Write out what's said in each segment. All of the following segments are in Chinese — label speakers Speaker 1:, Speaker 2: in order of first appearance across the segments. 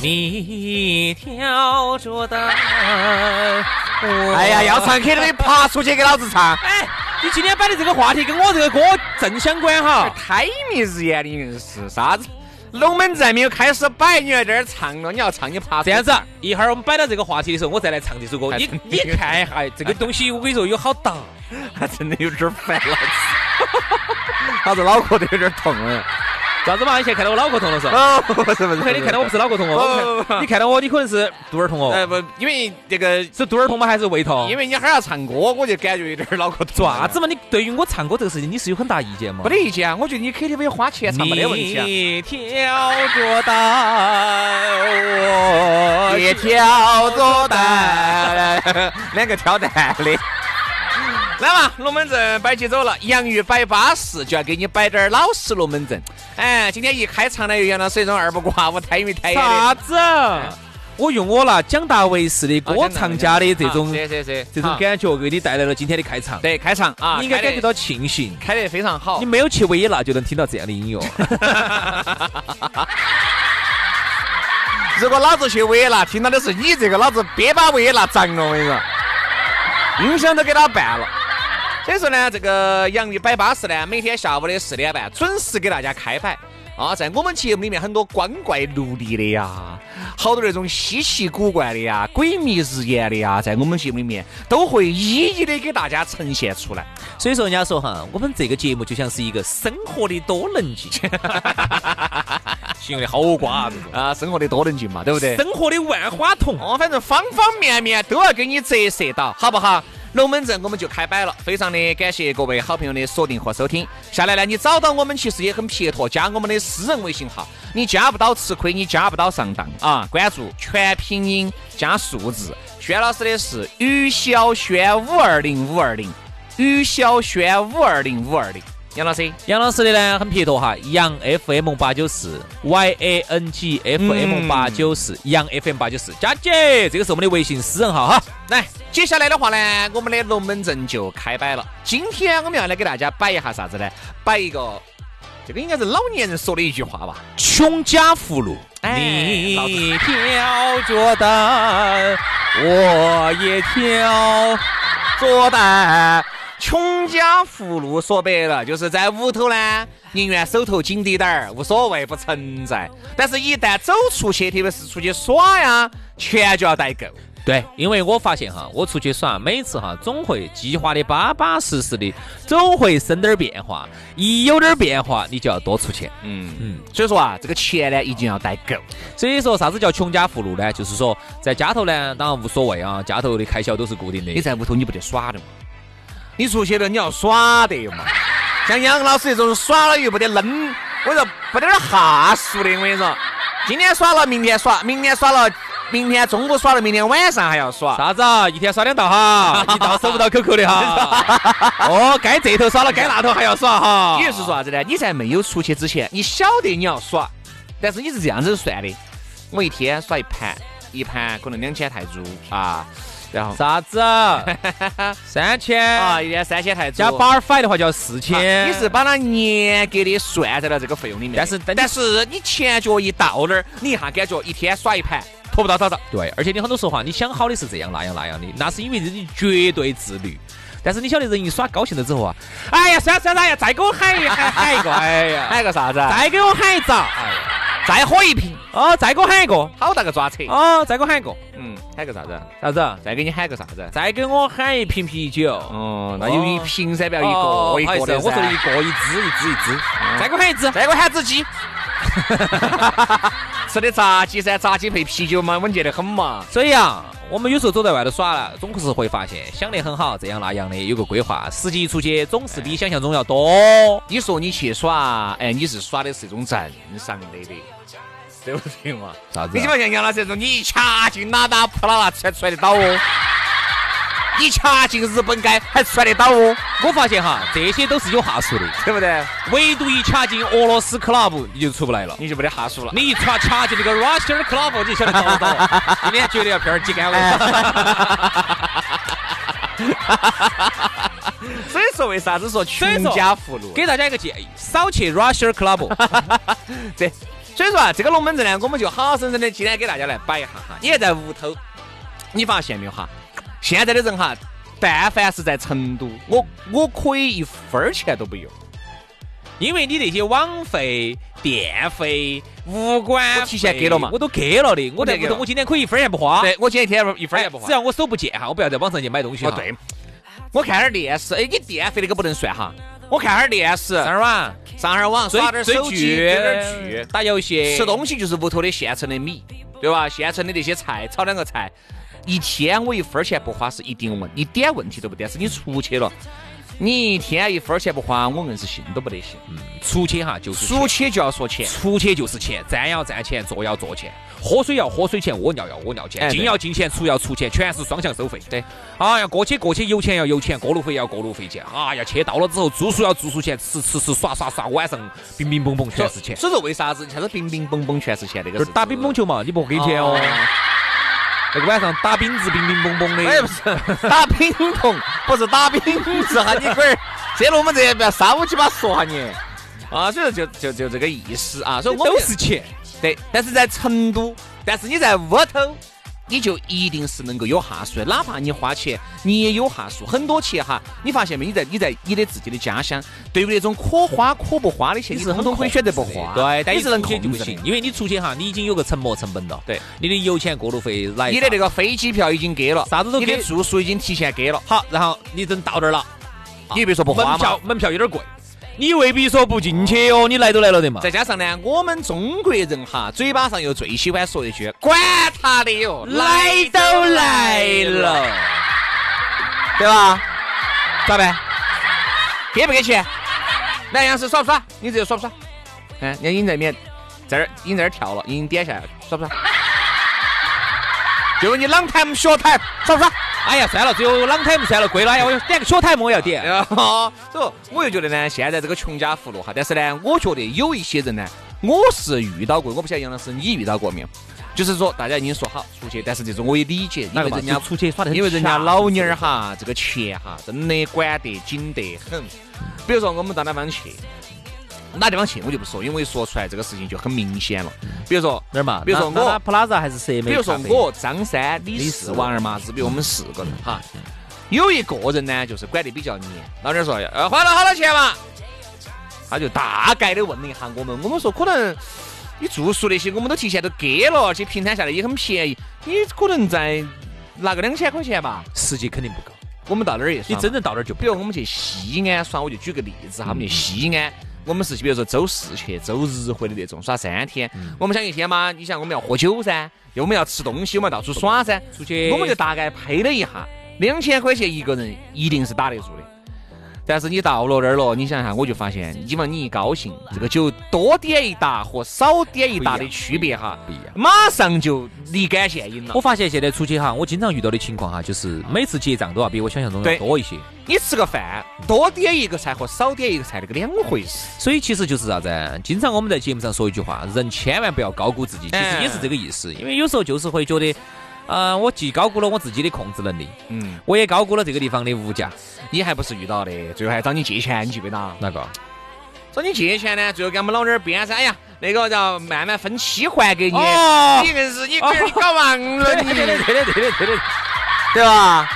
Speaker 1: 你挑着担， 我
Speaker 2: 哎呀，要唱 KTV 爬出去给老子唱！
Speaker 1: 哎，你今天摆的这个话题跟我这个歌正相关哈。
Speaker 2: 太迷日眼的硬是啥子？龙门阵没有开始摆，你在这儿唱了，你要唱你爬
Speaker 1: 这
Speaker 2: 出去
Speaker 1: 样 子，啊一会儿我们摆到这个话题的时候，我再来唱这首歌。
Speaker 2: 哎
Speaker 1: 你你看一下，这个东西我跟你说有好大。
Speaker 2: 他 真的有点烦老子，老子 脑壳都有点痛了。
Speaker 1: 啥子嘛？你现在看到我脑壳痛了是吧？
Speaker 2: 哦，不是不是，
Speaker 1: 我看你看到我不是脑壳痛
Speaker 2: 不
Speaker 1: 哦
Speaker 2: 不，
Speaker 1: 我看
Speaker 2: 不
Speaker 1: 你看到我，你可能是肚儿痛哦，
Speaker 2: 呃不，因为这个，
Speaker 1: 是肚儿痛吗？还是胃痛？
Speaker 2: 因为你哈儿要唱歌，我就感觉有点儿脑壳痛。
Speaker 1: 爪子？嘛，你对于我唱歌这个事情你是有很大意见吗？
Speaker 2: 没得意见啊，我觉得你 KTV 花钱唱没得问题啊。
Speaker 1: 你 挑着担，我
Speaker 2: 也挑着担，两个挑担的。来嘛，龙门阵摆起走了，洋芋摆巴适，就要给你摆点儿老实龙门阵。哎，今天一开场呢，又杨老师一种二不挂五抬一抬眼的，
Speaker 1: 啥子？我用我拿蒋大为式的歌唱家的这种
Speaker 2: 啊是是是
Speaker 1: 这种，
Speaker 2: 啊
Speaker 1: 感觉，给你带来了今天的开场。
Speaker 2: 对，开场啊，
Speaker 1: 你应该感觉
Speaker 2: 到
Speaker 1: 到庆幸，
Speaker 2: 开得非常好
Speaker 1: 你。没有去维纳就能听到这样的音乐。
Speaker 2: 如果老子去维也纳，听到的是你这个，老子别把维也纳脏了，我跟你说，音响都给他办了。所以说呢，这个洋芋摆巴士呢，每天下午的四点半准时给大家开摆。啊，在我们节目里面，很多光怪陆离的呀，好多那种稀奇古怪的呀、鬼迷日眼的呀，在我们节目里面都会一一的给大家呈现出来。
Speaker 1: 所以说，人家说哈，我们这个节目就像是一个生活的多能 镜， 形容的好瓜子，
Speaker 2: 啊，生活的多能劲嘛，对不对？
Speaker 1: 生活的万花筒。
Speaker 2: 哦，反正方方面面都要给你折射到，好不好？龙门阵我们就开摆了，非常的感谢各位好朋友的锁定和收听。下来呢，你找到我们其实也很撇脱，加我们的私人微信号，你加不到吃亏，你加不到上当啊！关注全拼音加数字，轩老师的是于小轩五二零五二零，于小轩五二零五二零，杨老师。
Speaker 1: 杨老师的呢很撇脱哈，杨 FM 八九四，Y A N G F M 八九四，杨 FM 八九四，佳姐，这个是我们的微信私人号哈。
Speaker 2: 来，接下来的话呢，我们的龙门阵就开摆了。今天我们要来给大家摆一下啥子呢？摆一个，这个应该是老年人说的一句话吧？
Speaker 1: 穷家富路，
Speaker 2: 哎老
Speaker 1: 你挑着担，我也挑。
Speaker 2: 做蛋。穷家富路说白了，就是在屋头呢，宁愿手头紧滴点儿，无所谓，不存在。但是，一旦走出去，特别是出去耍呀，钱就要带够。
Speaker 1: 对，因为我发现哈，我出去耍，每次哈总会计划的巴巴适适的，总会生点儿变化。一有点儿变化，你就要多出钱。
Speaker 2: 嗯
Speaker 1: 嗯
Speaker 2: 嗯，所以说啊，这个钱呢，一定要带够。
Speaker 1: 所以说啥子叫穷家富路呢？就是说在家头呢，当然无所谓啊，家头的开销都是固定的。
Speaker 2: 你在屋头你不得耍的嘛，你出去了你要耍的嘛。像杨老师这种耍了又不得扔，我说不得点哈数的，我跟你说，今天耍了，明天耍，明天耍了，明天中午耍了，明天晚上还要耍。
Speaker 1: 啥子啊？一天耍两道 哈，一道收不到 QQ 的 哈。哦，该这头耍了，该那头还要耍哈。
Speaker 2: 也就是说啥子呢？你在没有出去之前，你晓得你要耍，但是你是这样子算的，我一天耍一盘，一盘可能两千泰铢啊，然后
Speaker 1: 啥 子？三
Speaker 2: 啊
Speaker 1: 千
Speaker 2: 一天三千泰铢
Speaker 1: 加巴尔费的话就要四
Speaker 2: 啊
Speaker 1: 千。
Speaker 2: 你是把它严格的算在了这个费用里面。
Speaker 1: 但是但
Speaker 2: 但是你前脚一到那儿，你一下感觉一天耍一盘，拖不到早上。
Speaker 1: 对，而且你很多时候哈，你想好的是这样那样那样的，那是因为你绝对自律。但是你晓得人一耍高兴了之后啊，哎呀，算了算了，哎 呀，再给我喊一喊喊一个，哎呀，
Speaker 2: 喊个啥子？啊
Speaker 1: 再给我喊一遭，哎呀，
Speaker 2: 再喝一瓶，
Speaker 1: 哦，再给我喊一个。
Speaker 2: 好大个抓扯。
Speaker 1: 哦，再给我喊一个。
Speaker 2: 嗯，喊个啥子？
Speaker 1: 啥子？
Speaker 2: 再给你喊个啥子？啊
Speaker 1: 再给我喊一瓶啤酒。
Speaker 2: 哦，那有一瓶噻，不要
Speaker 1: 哦
Speaker 2: 一
Speaker 1: 不好
Speaker 2: 个
Speaker 1: 意
Speaker 2: 一个
Speaker 1: 思，
Speaker 2: 的
Speaker 1: 我说的嗯
Speaker 2: 噻
Speaker 1: 一个一只一只一只。再给我喊一只。
Speaker 2: 再给我喊只 鸡。吃的炸鸡噻，炸鸡配啤酒嘛，稳健得很嘛。
Speaker 1: 所以啊，我们有时候走在外头耍了，总是会发现想得很好，这样那样的有个规划，实际出去总是比想象中要多。
Speaker 2: 你说你去耍，哎，你是耍的是一种正常的的，对不对嘛？
Speaker 1: 啥子啊
Speaker 2: 你起码像杨老师这种，你一掐进哪打扑啦啦出出来得到 哦，你掐进日本街还出来得到哦，
Speaker 1: 我发现哈，这些都是有哈数的，
Speaker 2: 对不对？
Speaker 1: 唯独一卡进俄罗斯 club 你就出不来了。
Speaker 2: 你就没得哈数了。
Speaker 1: 你一卡卡进那个 Russian club 你就晓得多多。 今天绝对要片儿挤干了。
Speaker 2: 所以说为啥子
Speaker 1: 所
Speaker 2: 说
Speaker 1: 以
Speaker 2: 全
Speaker 1: 说
Speaker 2: 家啊福禄？
Speaker 1: 给大家一个建议，少去 Russian club。
Speaker 2: 这，所以说啊，这个龙门阵呢，我们就好好生生的今天给大家来摆一下哈。你看在屋头，你发现没有哈？现在的人哈，但凡是在成都，我我可以一分儿钱都不用，
Speaker 1: 因为你那些网费、电费、物管
Speaker 2: 我提前给了嘛
Speaker 1: 我都给了的。我在
Speaker 2: 我提
Speaker 1: 屋头，我今天
Speaker 2: 前给了
Speaker 1: 可以一分儿钱不花。
Speaker 2: 对哎我今天一天一分儿也不花
Speaker 1: 只。要我手不贱哈，我不要在网上去买东西哈。
Speaker 2: 哦，对，我看点儿电视，哎，你电费那个不能算哈。我看点儿电视，
Speaker 1: 三儿嘛，
Speaker 2: 上儿网
Speaker 1: 追
Speaker 2: 耍点儿
Speaker 1: 追
Speaker 2: 手机，
Speaker 1: 剧、
Speaker 2: 追点儿剧，
Speaker 1: 打游戏、
Speaker 2: 吃东西就是屋头的现成的米，对吧？现成的那些菜，炒两个菜，一天我一分儿钱不花是一定问，一点问题都不得。但是你出去了，你一天一分儿钱不花，我硬是信都不得信。
Speaker 1: 出去哈就是
Speaker 2: 出
Speaker 1: 钱
Speaker 2: 去就要说钱，
Speaker 1: 出去就是钱，站要站钱，坐要坐钱，喝水要喝水钱，屙尿要屙尿钱，
Speaker 2: 哎对
Speaker 1: 进要进钱，出要出钱，全是双向收费。
Speaker 2: 对，
Speaker 1: 哎呀，过去过去油钱要油钱，过路费要过路费钱，哎呀，去到了之后住宿要住宿钱，吃吃吃耍耍耍，晚上冰冰蹦蹦全是钱，
Speaker 2: 所以说为啥子啥子冰冰蹦蹦全是钱那个
Speaker 1: 就是打乒乓球嘛，你不给钱哦。那个晚上打冰子冰冰蹦蹦的，
Speaker 2: 哎，不 是打乒乓，不是打冰子哈，你龟儿，这龙门阵也不要三五七八说哈你。啊，所以说就就就这个意思啊，所以我们
Speaker 1: 都是钱。
Speaker 2: 对，但是在成都，但是你在屋头，你就一定是能够有哈数的，哪怕你花钱，你也有哈数。很多钱哈，你发现没？你在你在你的自己的家乡，对于那种可花可不花的钱，你
Speaker 1: 是
Speaker 2: 通通可以选择不花，
Speaker 1: 对，但
Speaker 2: 你是能
Speaker 1: 出去
Speaker 2: 控
Speaker 1: 就不
Speaker 2: 制
Speaker 1: 行
Speaker 2: 的，。
Speaker 1: 因为你出去哈，你已经有个沉没成本了。
Speaker 2: 对，
Speaker 1: 你的油钱、过路费来，
Speaker 2: 你的那个飞机票已经给了，
Speaker 1: 啥子都
Speaker 2: 你的
Speaker 1: 给
Speaker 2: 住宿已经提前给了，
Speaker 1: 好，然后你等到这儿了，
Speaker 2: 你别说不花
Speaker 1: 门
Speaker 2: 嘛
Speaker 1: 票。门票有点贵，你未必说不进去哦，你来都来了的嘛。
Speaker 2: 再加上呢，我们中国人哈，嘴巴上又最喜欢说一句“管他的哟，来都来了”，对吧？咋办？给不给钱？南阳市耍不耍？你这耍不耍？嗯，人家已经在里面，在这儿已经在这儿跳了，已经点下来了，耍不耍？就问你 long time short time，耍不耍？
Speaker 1: 哎呀，算了，最后 long time 算了，贵了，哎呀，我点个小 time 我要 点。
Speaker 2: 然后，哦所以我又觉得呢，现在这个穷家富路哈，但是呢，我觉得有一些人呢，我是遇到过，我不晓得杨老师你遇到过没有？就是说大家已经说好出去，但是这种我也理解，因为人家
Speaker 1: 就出去耍得很
Speaker 2: 因为人家
Speaker 1: 恰
Speaker 2: 老妞儿哈，这个钱哈，真的管得紧得很。比如说我们到哪方去，哪地方去我就不说，因为说出来这个事情就很明显了。比如说
Speaker 1: 哪儿嘛？
Speaker 2: 比如说
Speaker 1: 那
Speaker 2: 我
Speaker 1: 那 Plaza 还是蛇
Speaker 2: 比
Speaker 1: 梅
Speaker 2: 如
Speaker 1: 咖啡？
Speaker 2: 说我张三、李
Speaker 1: 李
Speaker 2: 四、
Speaker 1: 四
Speaker 2: 王二麻子，比如我们四个人哈，有一个人呢就是管得比较严，老点说，呃，花了好多钱嘛，他就大概的问了一下我们，我们说可能你住宿那些我们都提前都给了，而且平摊下来也很便宜，你可能再拿个两千块钱吧，
Speaker 1: 实际肯定不啊够，
Speaker 2: 我们到那儿也
Speaker 1: 你
Speaker 2: 算
Speaker 1: 真正到那儿就不
Speaker 2: 比
Speaker 1: 够
Speaker 2: 如我们去西安耍，我就举个例子哈，我们去西安，我们是比如说周四去，周日回的那种，耍三天。我们想一天嘛，你想我们要喝酒噻，又我们要吃东西，我们要到处耍噻，
Speaker 1: 出去
Speaker 2: 我们就大概配了一下，两千块钱一个人一定是打得住的。但是你到了那儿了，你想一下，我就发现，因为你一高兴，这个酒多点一打和少点一打的区别哈，
Speaker 1: 不一样。
Speaker 2: 马上就立竿见影了
Speaker 1: 我。发现现在出去哈，我经常遇到的情况哈，就是每次结账都要比我想象中要
Speaker 2: 对
Speaker 1: 多一些。
Speaker 2: 你吃个饭，多点一个菜和少点一个菜那个两回事。
Speaker 1: 所以其实就是啥子啊？经常我们在节目上说一句话，人千万不要高估自己，其实
Speaker 2: 哎
Speaker 1: 也是这个意思。因为有时候就是会觉得，呃，我既高估了我自己的控制能力，
Speaker 2: 嗯。
Speaker 1: 我也高估了这个地方的物价。
Speaker 2: 你还不是遇到的，最后还找你借钱，你记不记得啊？
Speaker 1: 哪个？
Speaker 2: 找你借钱呢，最后给我们老娘儿编噻，哎呀，那个叫慢慢分期还给你。
Speaker 1: 哦
Speaker 2: 你硬是你龟儿你搞忘了你，
Speaker 1: 对的，对的，对的。
Speaker 2: 对吧？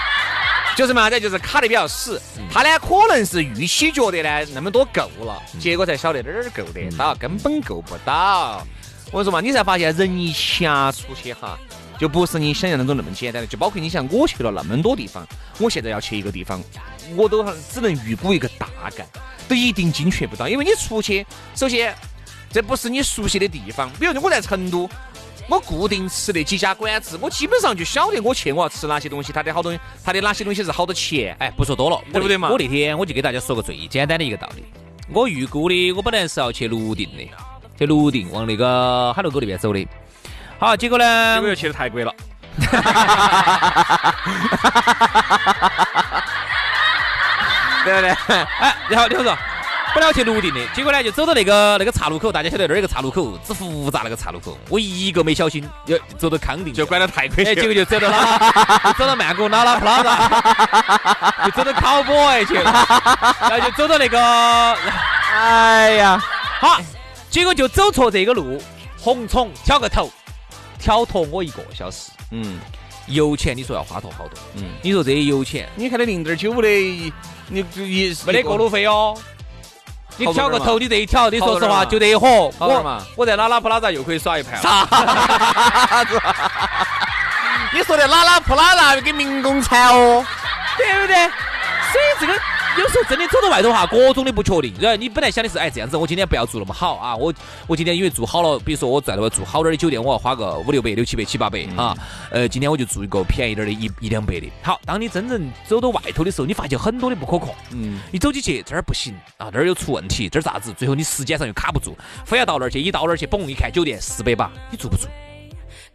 Speaker 2: 就是嘛，这就是卡的比较死。他呢，可能是预期
Speaker 1: 嗯
Speaker 2: 觉得呢那么多够了，结果才晓得哪儿够的到，根本够不到。我跟你说嘛，你才发现人一掐出去哈，就不是你想象当中那么简单的。就包括你像我去了那么多地方，我现在要去一个地方，我都只能预估一个大概，都一定精确不到，因为你出去，首先这不是你熟悉的地方。比如说我在成都，我固定吃那几家馆子，我基本上就晓得我去我要吃哪些东西，它的好东西，它的哪些东西是好多钱。
Speaker 1: 哎，不说多了，我那
Speaker 2: 对不对嘛
Speaker 1: 我那天我就给大家说个最简单的一个道理。我预估的，我本来是要去泸定的，去泸定往那个海螺沟那边走的。好，结果呢？
Speaker 2: 又去了泰 国了。 对不对？
Speaker 1: 哎，然后你听我说，本来要去泸定的，结果呢就走到那个那个岔路口，大家晓得那儿有个岔路口，之复杂那个岔路口，我一个没小心，就走到康定去了，
Speaker 2: 就拐到泰国
Speaker 1: 哎，
Speaker 2: 去
Speaker 1: 结
Speaker 2: 了。
Speaker 1: 果就走到哪，就 走到曼谷哪哪哪哪， 就走到 cowboy 去了，然后就走到那个，
Speaker 2: 哎呀，
Speaker 1: 好，结果就走错这个路，红虫挑个头，挑脱我一个小时，
Speaker 2: 嗯
Speaker 1: 油钱你说要花多好多，
Speaker 2: 嗯，
Speaker 1: 你说这些油钱
Speaker 2: 你看那零点九的，你就一
Speaker 1: 没得过路费哦。你
Speaker 2: 好多
Speaker 1: 挑
Speaker 2: 人
Speaker 1: 个
Speaker 2: 嘛
Speaker 1: 头，你这一挑，你说实
Speaker 2: 好多人嘛
Speaker 1: 话就这一伙，
Speaker 2: 好多人嘛
Speaker 1: 我我在拉拉普拉萨又可以耍一盘了。
Speaker 2: 你说的拉拉普拉拉跟民工缠哦，
Speaker 1: 对不对？所以这个有时候真的走到外头哈，各种的不确定。然后你本来想的是，哎，这样子我今天不要住那么好啊，我我今天因为住好了，比如说我在那边住好点儿的酒店，我要花个五六百、六七百、七八百啊。呃，今天我就住一个便宜点儿的，一一两百的。好，当你真正走到外头的时候，你发现很多的不可控。
Speaker 2: 嗯，
Speaker 1: 你走起去这儿不行啊，那儿又出问题，这儿咋子？最后你时间上又卡不住，非要到那儿去，一到那儿去，嘣一看酒店四百八，你住不住？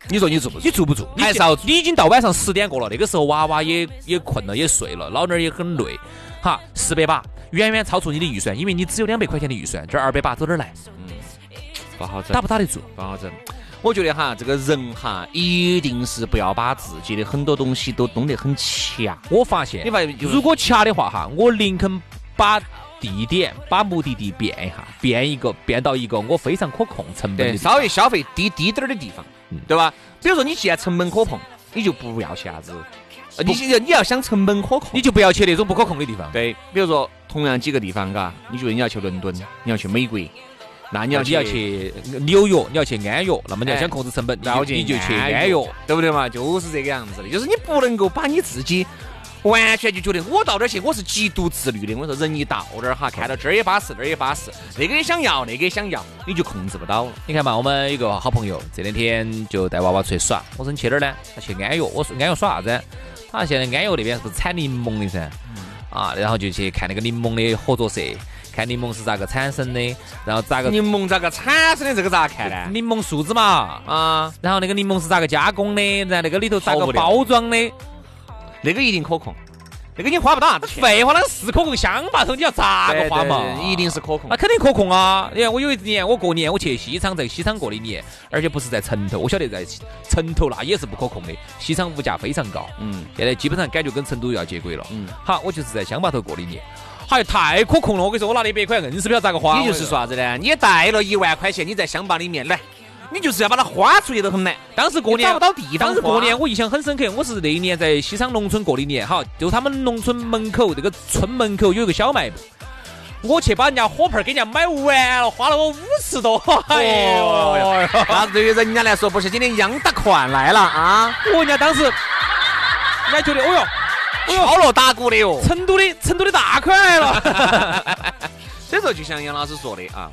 Speaker 2: 你说你住不住？
Speaker 1: 你住不住？
Speaker 2: 还是要住
Speaker 1: 你已经到晚上十点过了，那个时候娃娃也也困了，也睡了，老娘儿也很累，哈，四百八远远超出你的预算，因为你只有两百块钱的预算，这二百八走哪儿来？
Speaker 2: 不好
Speaker 1: 打不打得住？
Speaker 2: 不好整。我觉得哈，这个人哈，一定是不要把自己的很多东西都弄得很强。
Speaker 1: 我发现
Speaker 2: 你，发现就是
Speaker 1: 如果掐的话哈，我宁肯把地点、把目的地变一下，变一个变到一个我非常可控成本
Speaker 2: 对
Speaker 1: 的地
Speaker 2: 稍微消费低低点儿的地方，对吧？比如说你既然成本可控，你就不要去啥子，呃你你你要想成本可控，
Speaker 1: 你就不要去那种不可控的地方。
Speaker 2: 对，比如说同样几个地方，嘎，你觉得你要去伦敦，你要去美国，那你
Speaker 1: 你要
Speaker 2: 要
Speaker 1: 你要去纽约，你要去安约，那么你要
Speaker 2: 哎
Speaker 1: 想控制成本，你
Speaker 2: 然后
Speaker 1: 就
Speaker 2: 去
Speaker 1: 你就去安
Speaker 2: 安
Speaker 1: 约
Speaker 2: 岳。，对不对嘛？就是这个样子的，就是你不能够把你自己完全就觉得我到这儿去，我是极度自律的。我说人一到这儿哈，看到这儿也巴适，那儿也巴适，那个也想要，那个也想要，你就控制不到了。
Speaker 1: 你看嘛，我们有个好朋友，这两天就带娃娃出去耍。我说你去哪儿呢？他去安岳。我说安岳耍啥子？他说现在安岳那边不是产柠檬的噻，
Speaker 2: 嗯
Speaker 1: 啊，然后就去看那个柠檬的合作社，看柠檬是咋个产生的，然后咋个
Speaker 2: 柠檬咋个产生的？这个咋看呢？
Speaker 1: 柠檬树子嘛，
Speaker 2: 啊，
Speaker 1: 然后那个柠檬是咋个加工的，然后那个里头咋
Speaker 2: 好
Speaker 1: 个
Speaker 2: 无聊
Speaker 1: 包装的。
Speaker 2: 那个一定可控，那个你花不到啥子钱。
Speaker 1: 废话，那个是可控乡坝头，你要咋个
Speaker 2: 对
Speaker 1: 花
Speaker 2: 对
Speaker 1: 嘛？
Speaker 2: 对一定是可控
Speaker 1: 那。肯定可控啊！你看我有一年，我过年我去西昌，在西昌过的年，而且不是在城头，我晓得在西城头那也是不可控的，西昌物价非常高，
Speaker 2: 嗯
Speaker 1: 现在基本上感觉跟成都又要接轨了。
Speaker 2: 嗯，
Speaker 1: 好，我就是在乡坝头过的年，哎，太可控了！我跟你说，我拿了一百块，硬是不晓得咋个花。
Speaker 2: 也就是说，啥子呢？你带了一万块钱，你在乡坝里面来，你就是要把它花出去都很难。
Speaker 1: 当时过
Speaker 2: 你
Speaker 1: 年
Speaker 2: 找不到地方
Speaker 1: 当时过
Speaker 2: 花
Speaker 1: 年我印象很深刻，我是那一年在西昌农村过的年，哈，就他们农村门口这个村门口有一个小卖部，我去把人家火盆儿给人家买完了，花了我五十多， 哎呦！
Speaker 2: 那对于人家来说，不是今天杨大款来了啊，
Speaker 1: 我人家当时，人家觉得，哦哟，
Speaker 2: 敲锣打鼓的哟。
Speaker 1: 成都的成都的大款来了。
Speaker 2: 所以说，就像杨老师说的啊，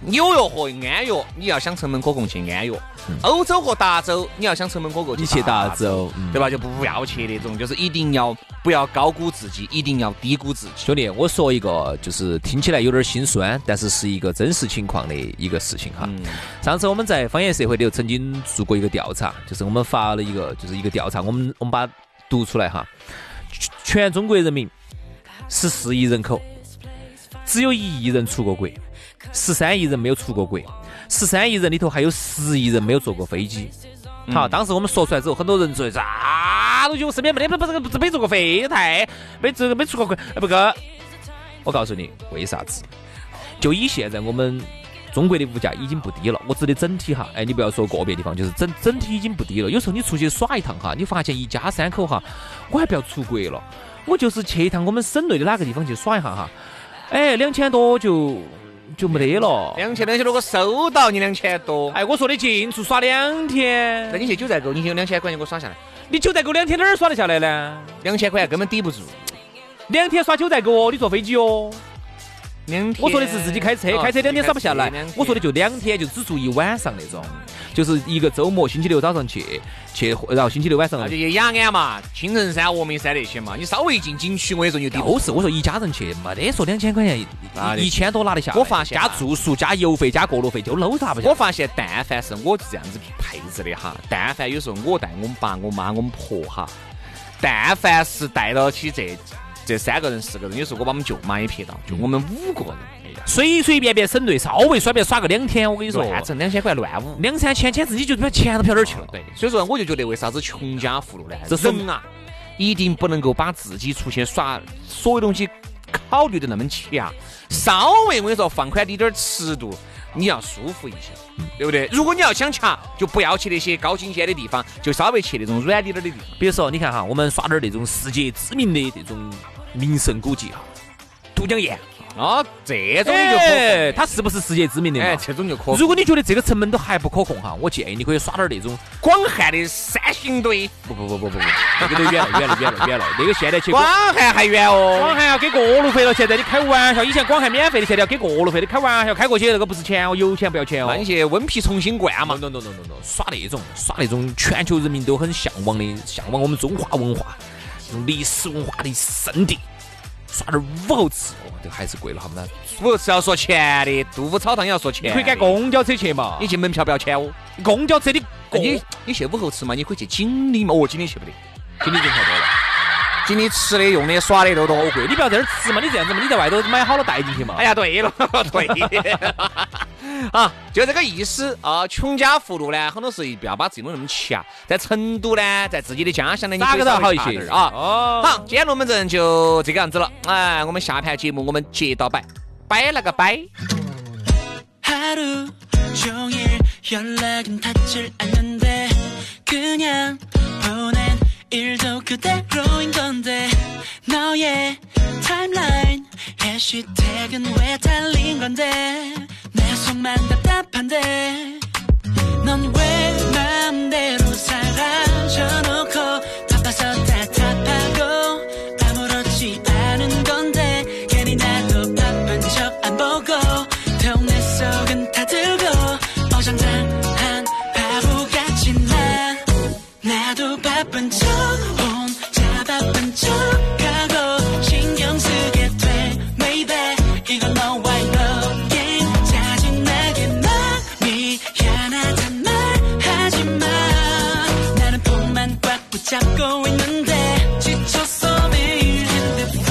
Speaker 2: 纽约和安岳，你要想成本可控去安岳；
Speaker 1: 嗯
Speaker 2: 欧洲和达州，你要想成本可控去达州，
Speaker 1: 州，嗯
Speaker 2: 对吧？就不要去那种，就是一定要不要高估自己，一定要低估自己。
Speaker 1: 兄弟，我说一个，就是听起来有点心酸，但是是一个真实情况的一个事情哈。
Speaker 2: 嗯
Speaker 1: 上次我们在方言社会里头曾经做过一个调查，就是我们发了一个，就是一个调查，我们我们把它读出来哈，全全中国人民十四亿人口，只有一亿人出过国，十三亿人没有出过国，十三亿人里头还有十亿人没有坐过飞机。好，当时我们说出来之后，很多人说啥东西，我身边没得不不不没坐过飞，太没这个没出过国，哎不哥，我告诉你为啥子？就以现在我们中国的物价已经不低了，我指的整体哈，哎，你不要说个别地方，就是整整体已经不低了。有时候你出去耍一趟哈，你发现一家三口哈，我还不要出国了，我就是去一趟我们省内的哪个地方去耍一下哈，哎，两千多就就没得了。
Speaker 2: 两千东西如果收到你两千多，
Speaker 1: 哎，我说的进出耍两
Speaker 2: 那
Speaker 1: 天，
Speaker 2: 你去九寨沟，你有两千块钱给我耍下来，
Speaker 1: 你九寨沟两天哪儿耍得下来呢？
Speaker 2: 两千块钱根本抵不住。
Speaker 1: 两天耍九寨沟哦，你坐飞机哦。
Speaker 2: 两天，
Speaker 1: 我说的是自己开车，
Speaker 2: 哦
Speaker 1: 开车两天耍不下来。我说的，
Speaker 2: 自己
Speaker 1: 就两天，就只住一晚上那种，就是一个周末，星期六早上去，去然后星期六晚上
Speaker 2: 啊开车那就去雅安嘛、青城山、峨眉山那些嘛，你稍微进景区，我跟你说你就抵不住
Speaker 1: 都是我说一家人去，没得说两千块钱
Speaker 2: 拿，得
Speaker 1: 一
Speaker 2: 起
Speaker 1: 一千多拿得下来。
Speaker 2: 我发现啊
Speaker 1: 加住宿、加油费、加过路费，就搂拿不下
Speaker 2: 我
Speaker 1: 来。
Speaker 2: 发现，但凡是我这样子配置的哈，但凡有时候我带我们爸、我妈、我们婆哈，但凡是带到起这这三个人、四个人，有时候我把我们舅妈也撇到，就我们五个人，哎呀，
Speaker 1: 随随便便省队，稍微耍便耍个两天，我跟你说，
Speaker 2: 乱成两千块乱舞。
Speaker 1: 两三千千自己就把钱都不晓得哪儿去了。
Speaker 2: 哦对，所以说我就觉得为啥子穷家富路呢？
Speaker 1: 这是
Speaker 2: 人啊，一定不能够把自己出去耍所有东西考虑的那么强，稍微我跟你说放宽低点儿尺度，你要舒服一些，
Speaker 1: 嗯
Speaker 2: 对不对？如果你要想掐，就不要去那些高精尖的地方，就稍微去那种软滴点儿的地方。
Speaker 1: 比如说，你看哈，我们耍点儿那种世界知名的这种名胜古迹哈，都江堰，
Speaker 2: 哦，这种你就可
Speaker 1: 哎，
Speaker 2: 分，
Speaker 1: 它是不是世界知名的嘛？
Speaker 2: 哎，这种就可分。
Speaker 1: 如果你觉得这个成本都还不可控哈，我建议你可以耍点儿那 种
Speaker 2: 广汉的三星堆，
Speaker 1: 不不不不不不，那个都远了远了远了远了，那个现在去
Speaker 2: 广汉还远
Speaker 1: 广
Speaker 2: 哦。
Speaker 1: 汉要给过路费了，现在你开玩笑，以前广汉免费的，现在要给过路费，你开玩笑，开过去那个不是钱哦，油钱不要钱哦
Speaker 2: 那。你去温皮重新灌嘛，
Speaker 1: no no no no no，耍啊那种耍那种全球人民都很向往的，向往我们中华文化，这种历史文化的圣地，耍点武侯祠，哦，这个还是贵了，好吗？
Speaker 2: 不是要说钱的，杜甫草堂也要说钱
Speaker 1: 你
Speaker 2: 的。
Speaker 1: 可以赶公交车去嘛
Speaker 2: 你，去门票不要钱哦。
Speaker 1: 你公交车的过，
Speaker 2: 你你去午后吃嘛？你可以去锦里嘛？哦，锦里去不得，
Speaker 1: 今天人太多了。
Speaker 2: 锦里吃的、用的、耍的都多贵。
Speaker 1: 你不要在那儿吃嘛，你这样子嘛，你在外头买好了带进去嘛。
Speaker 2: 哎呀，对了， 对了，啊，就这个意思啊。穷家富路呢，很多时候不要把自己弄那么强。在成都呢，在自己的家乡呢，你
Speaker 1: 哪
Speaker 2: 可以
Speaker 1: 个都
Speaker 2: 稍
Speaker 1: 好
Speaker 2: 微
Speaker 1: 一
Speaker 2: 差
Speaker 1: 些
Speaker 2: 点儿啊。
Speaker 1: 哦
Speaker 2: 好，今天龙门阵就这个样子了。哎，我们下盘节目我们接到摆，摆了个摆。
Speaker 3: 하루 종일 연락은 닿질 않는데 그냥 보낸 일도 그대로인 건데 너의 타임라인 해시태그는 왜 달린 건데 내 속만 답답한데 넌 왜 맘대로 사라져놓고 바빠서 답답하고 아무렇지 않은 건데 괜히 나도 바쁜 척 안 보고 동네 속은 다 들고 어정쩡한 바보같이 나 나도 바쁜 척 혼자 바쁜 척하고 신경 쓰게 돼 Maybe 이건 너와의 로게임 짜증나게 나 미안하단 말하지마 나는 폰만 꽉 붙잡고 있는데 지쳤어 매일 핸드폰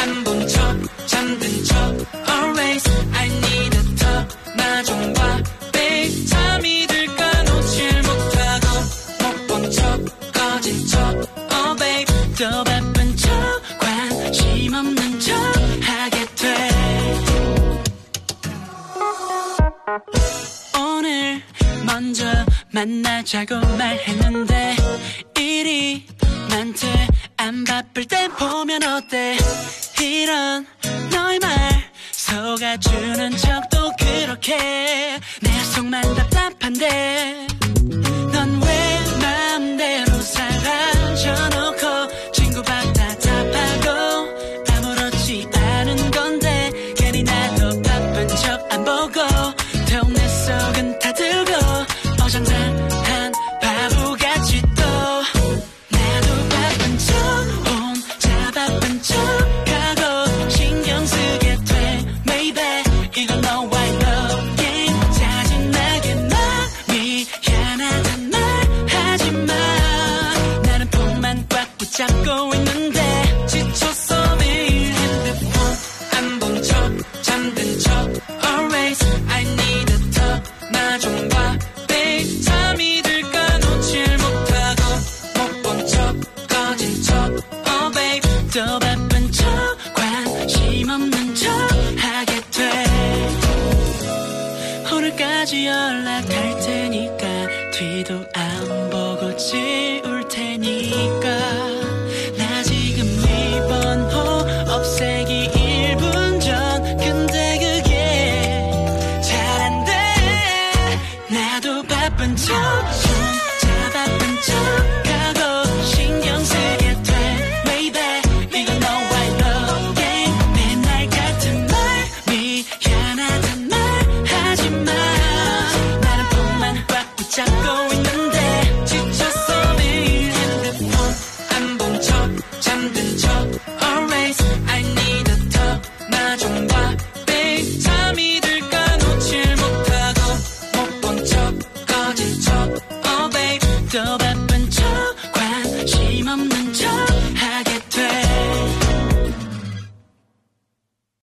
Speaker 3: 안 본 척 잠든 척 Always I need a talk 나좀 봐, babe 잠이 들까 놓칠 못하고 못 본 척 꺼진 척 Oh babe 또 바쁜 척 관심 없는 척 하게 돼 오늘 먼저 만나자고 말했는데 일이 많대 안 바쁠 땐 보면 어때 이런 너의 말 속아주는 척도 그렇게 내 속만 답답한데 넌 왜 맘대로 사라져놓고 친구밖 답답하고 아무렇지 않은 건데 괜히 나도 바쁜 척 안 보고 동네 속은 다 들고 어정쩡한 바보같이 또 나도 바쁜 척 혼자 바쁜 척하고 신경 쓰게 돼 Maybe 이건 너와의 로게임 짜증나게 나 미안하단 말하지마 나는 폰만 꽉 붙잡고 있는데 지쳤어 매일 핸드폰 안 본 척 잠든 척 Always I need a talk 나좀 봐, babe 잠이 들까 놓칠 못하고 못 본 척 꺼진 척 Oh babe 또 바쁜 척 관심 없는 척 하게 돼 오늘까지 연락할 테니까 뒤도 안 보고 지네네 oh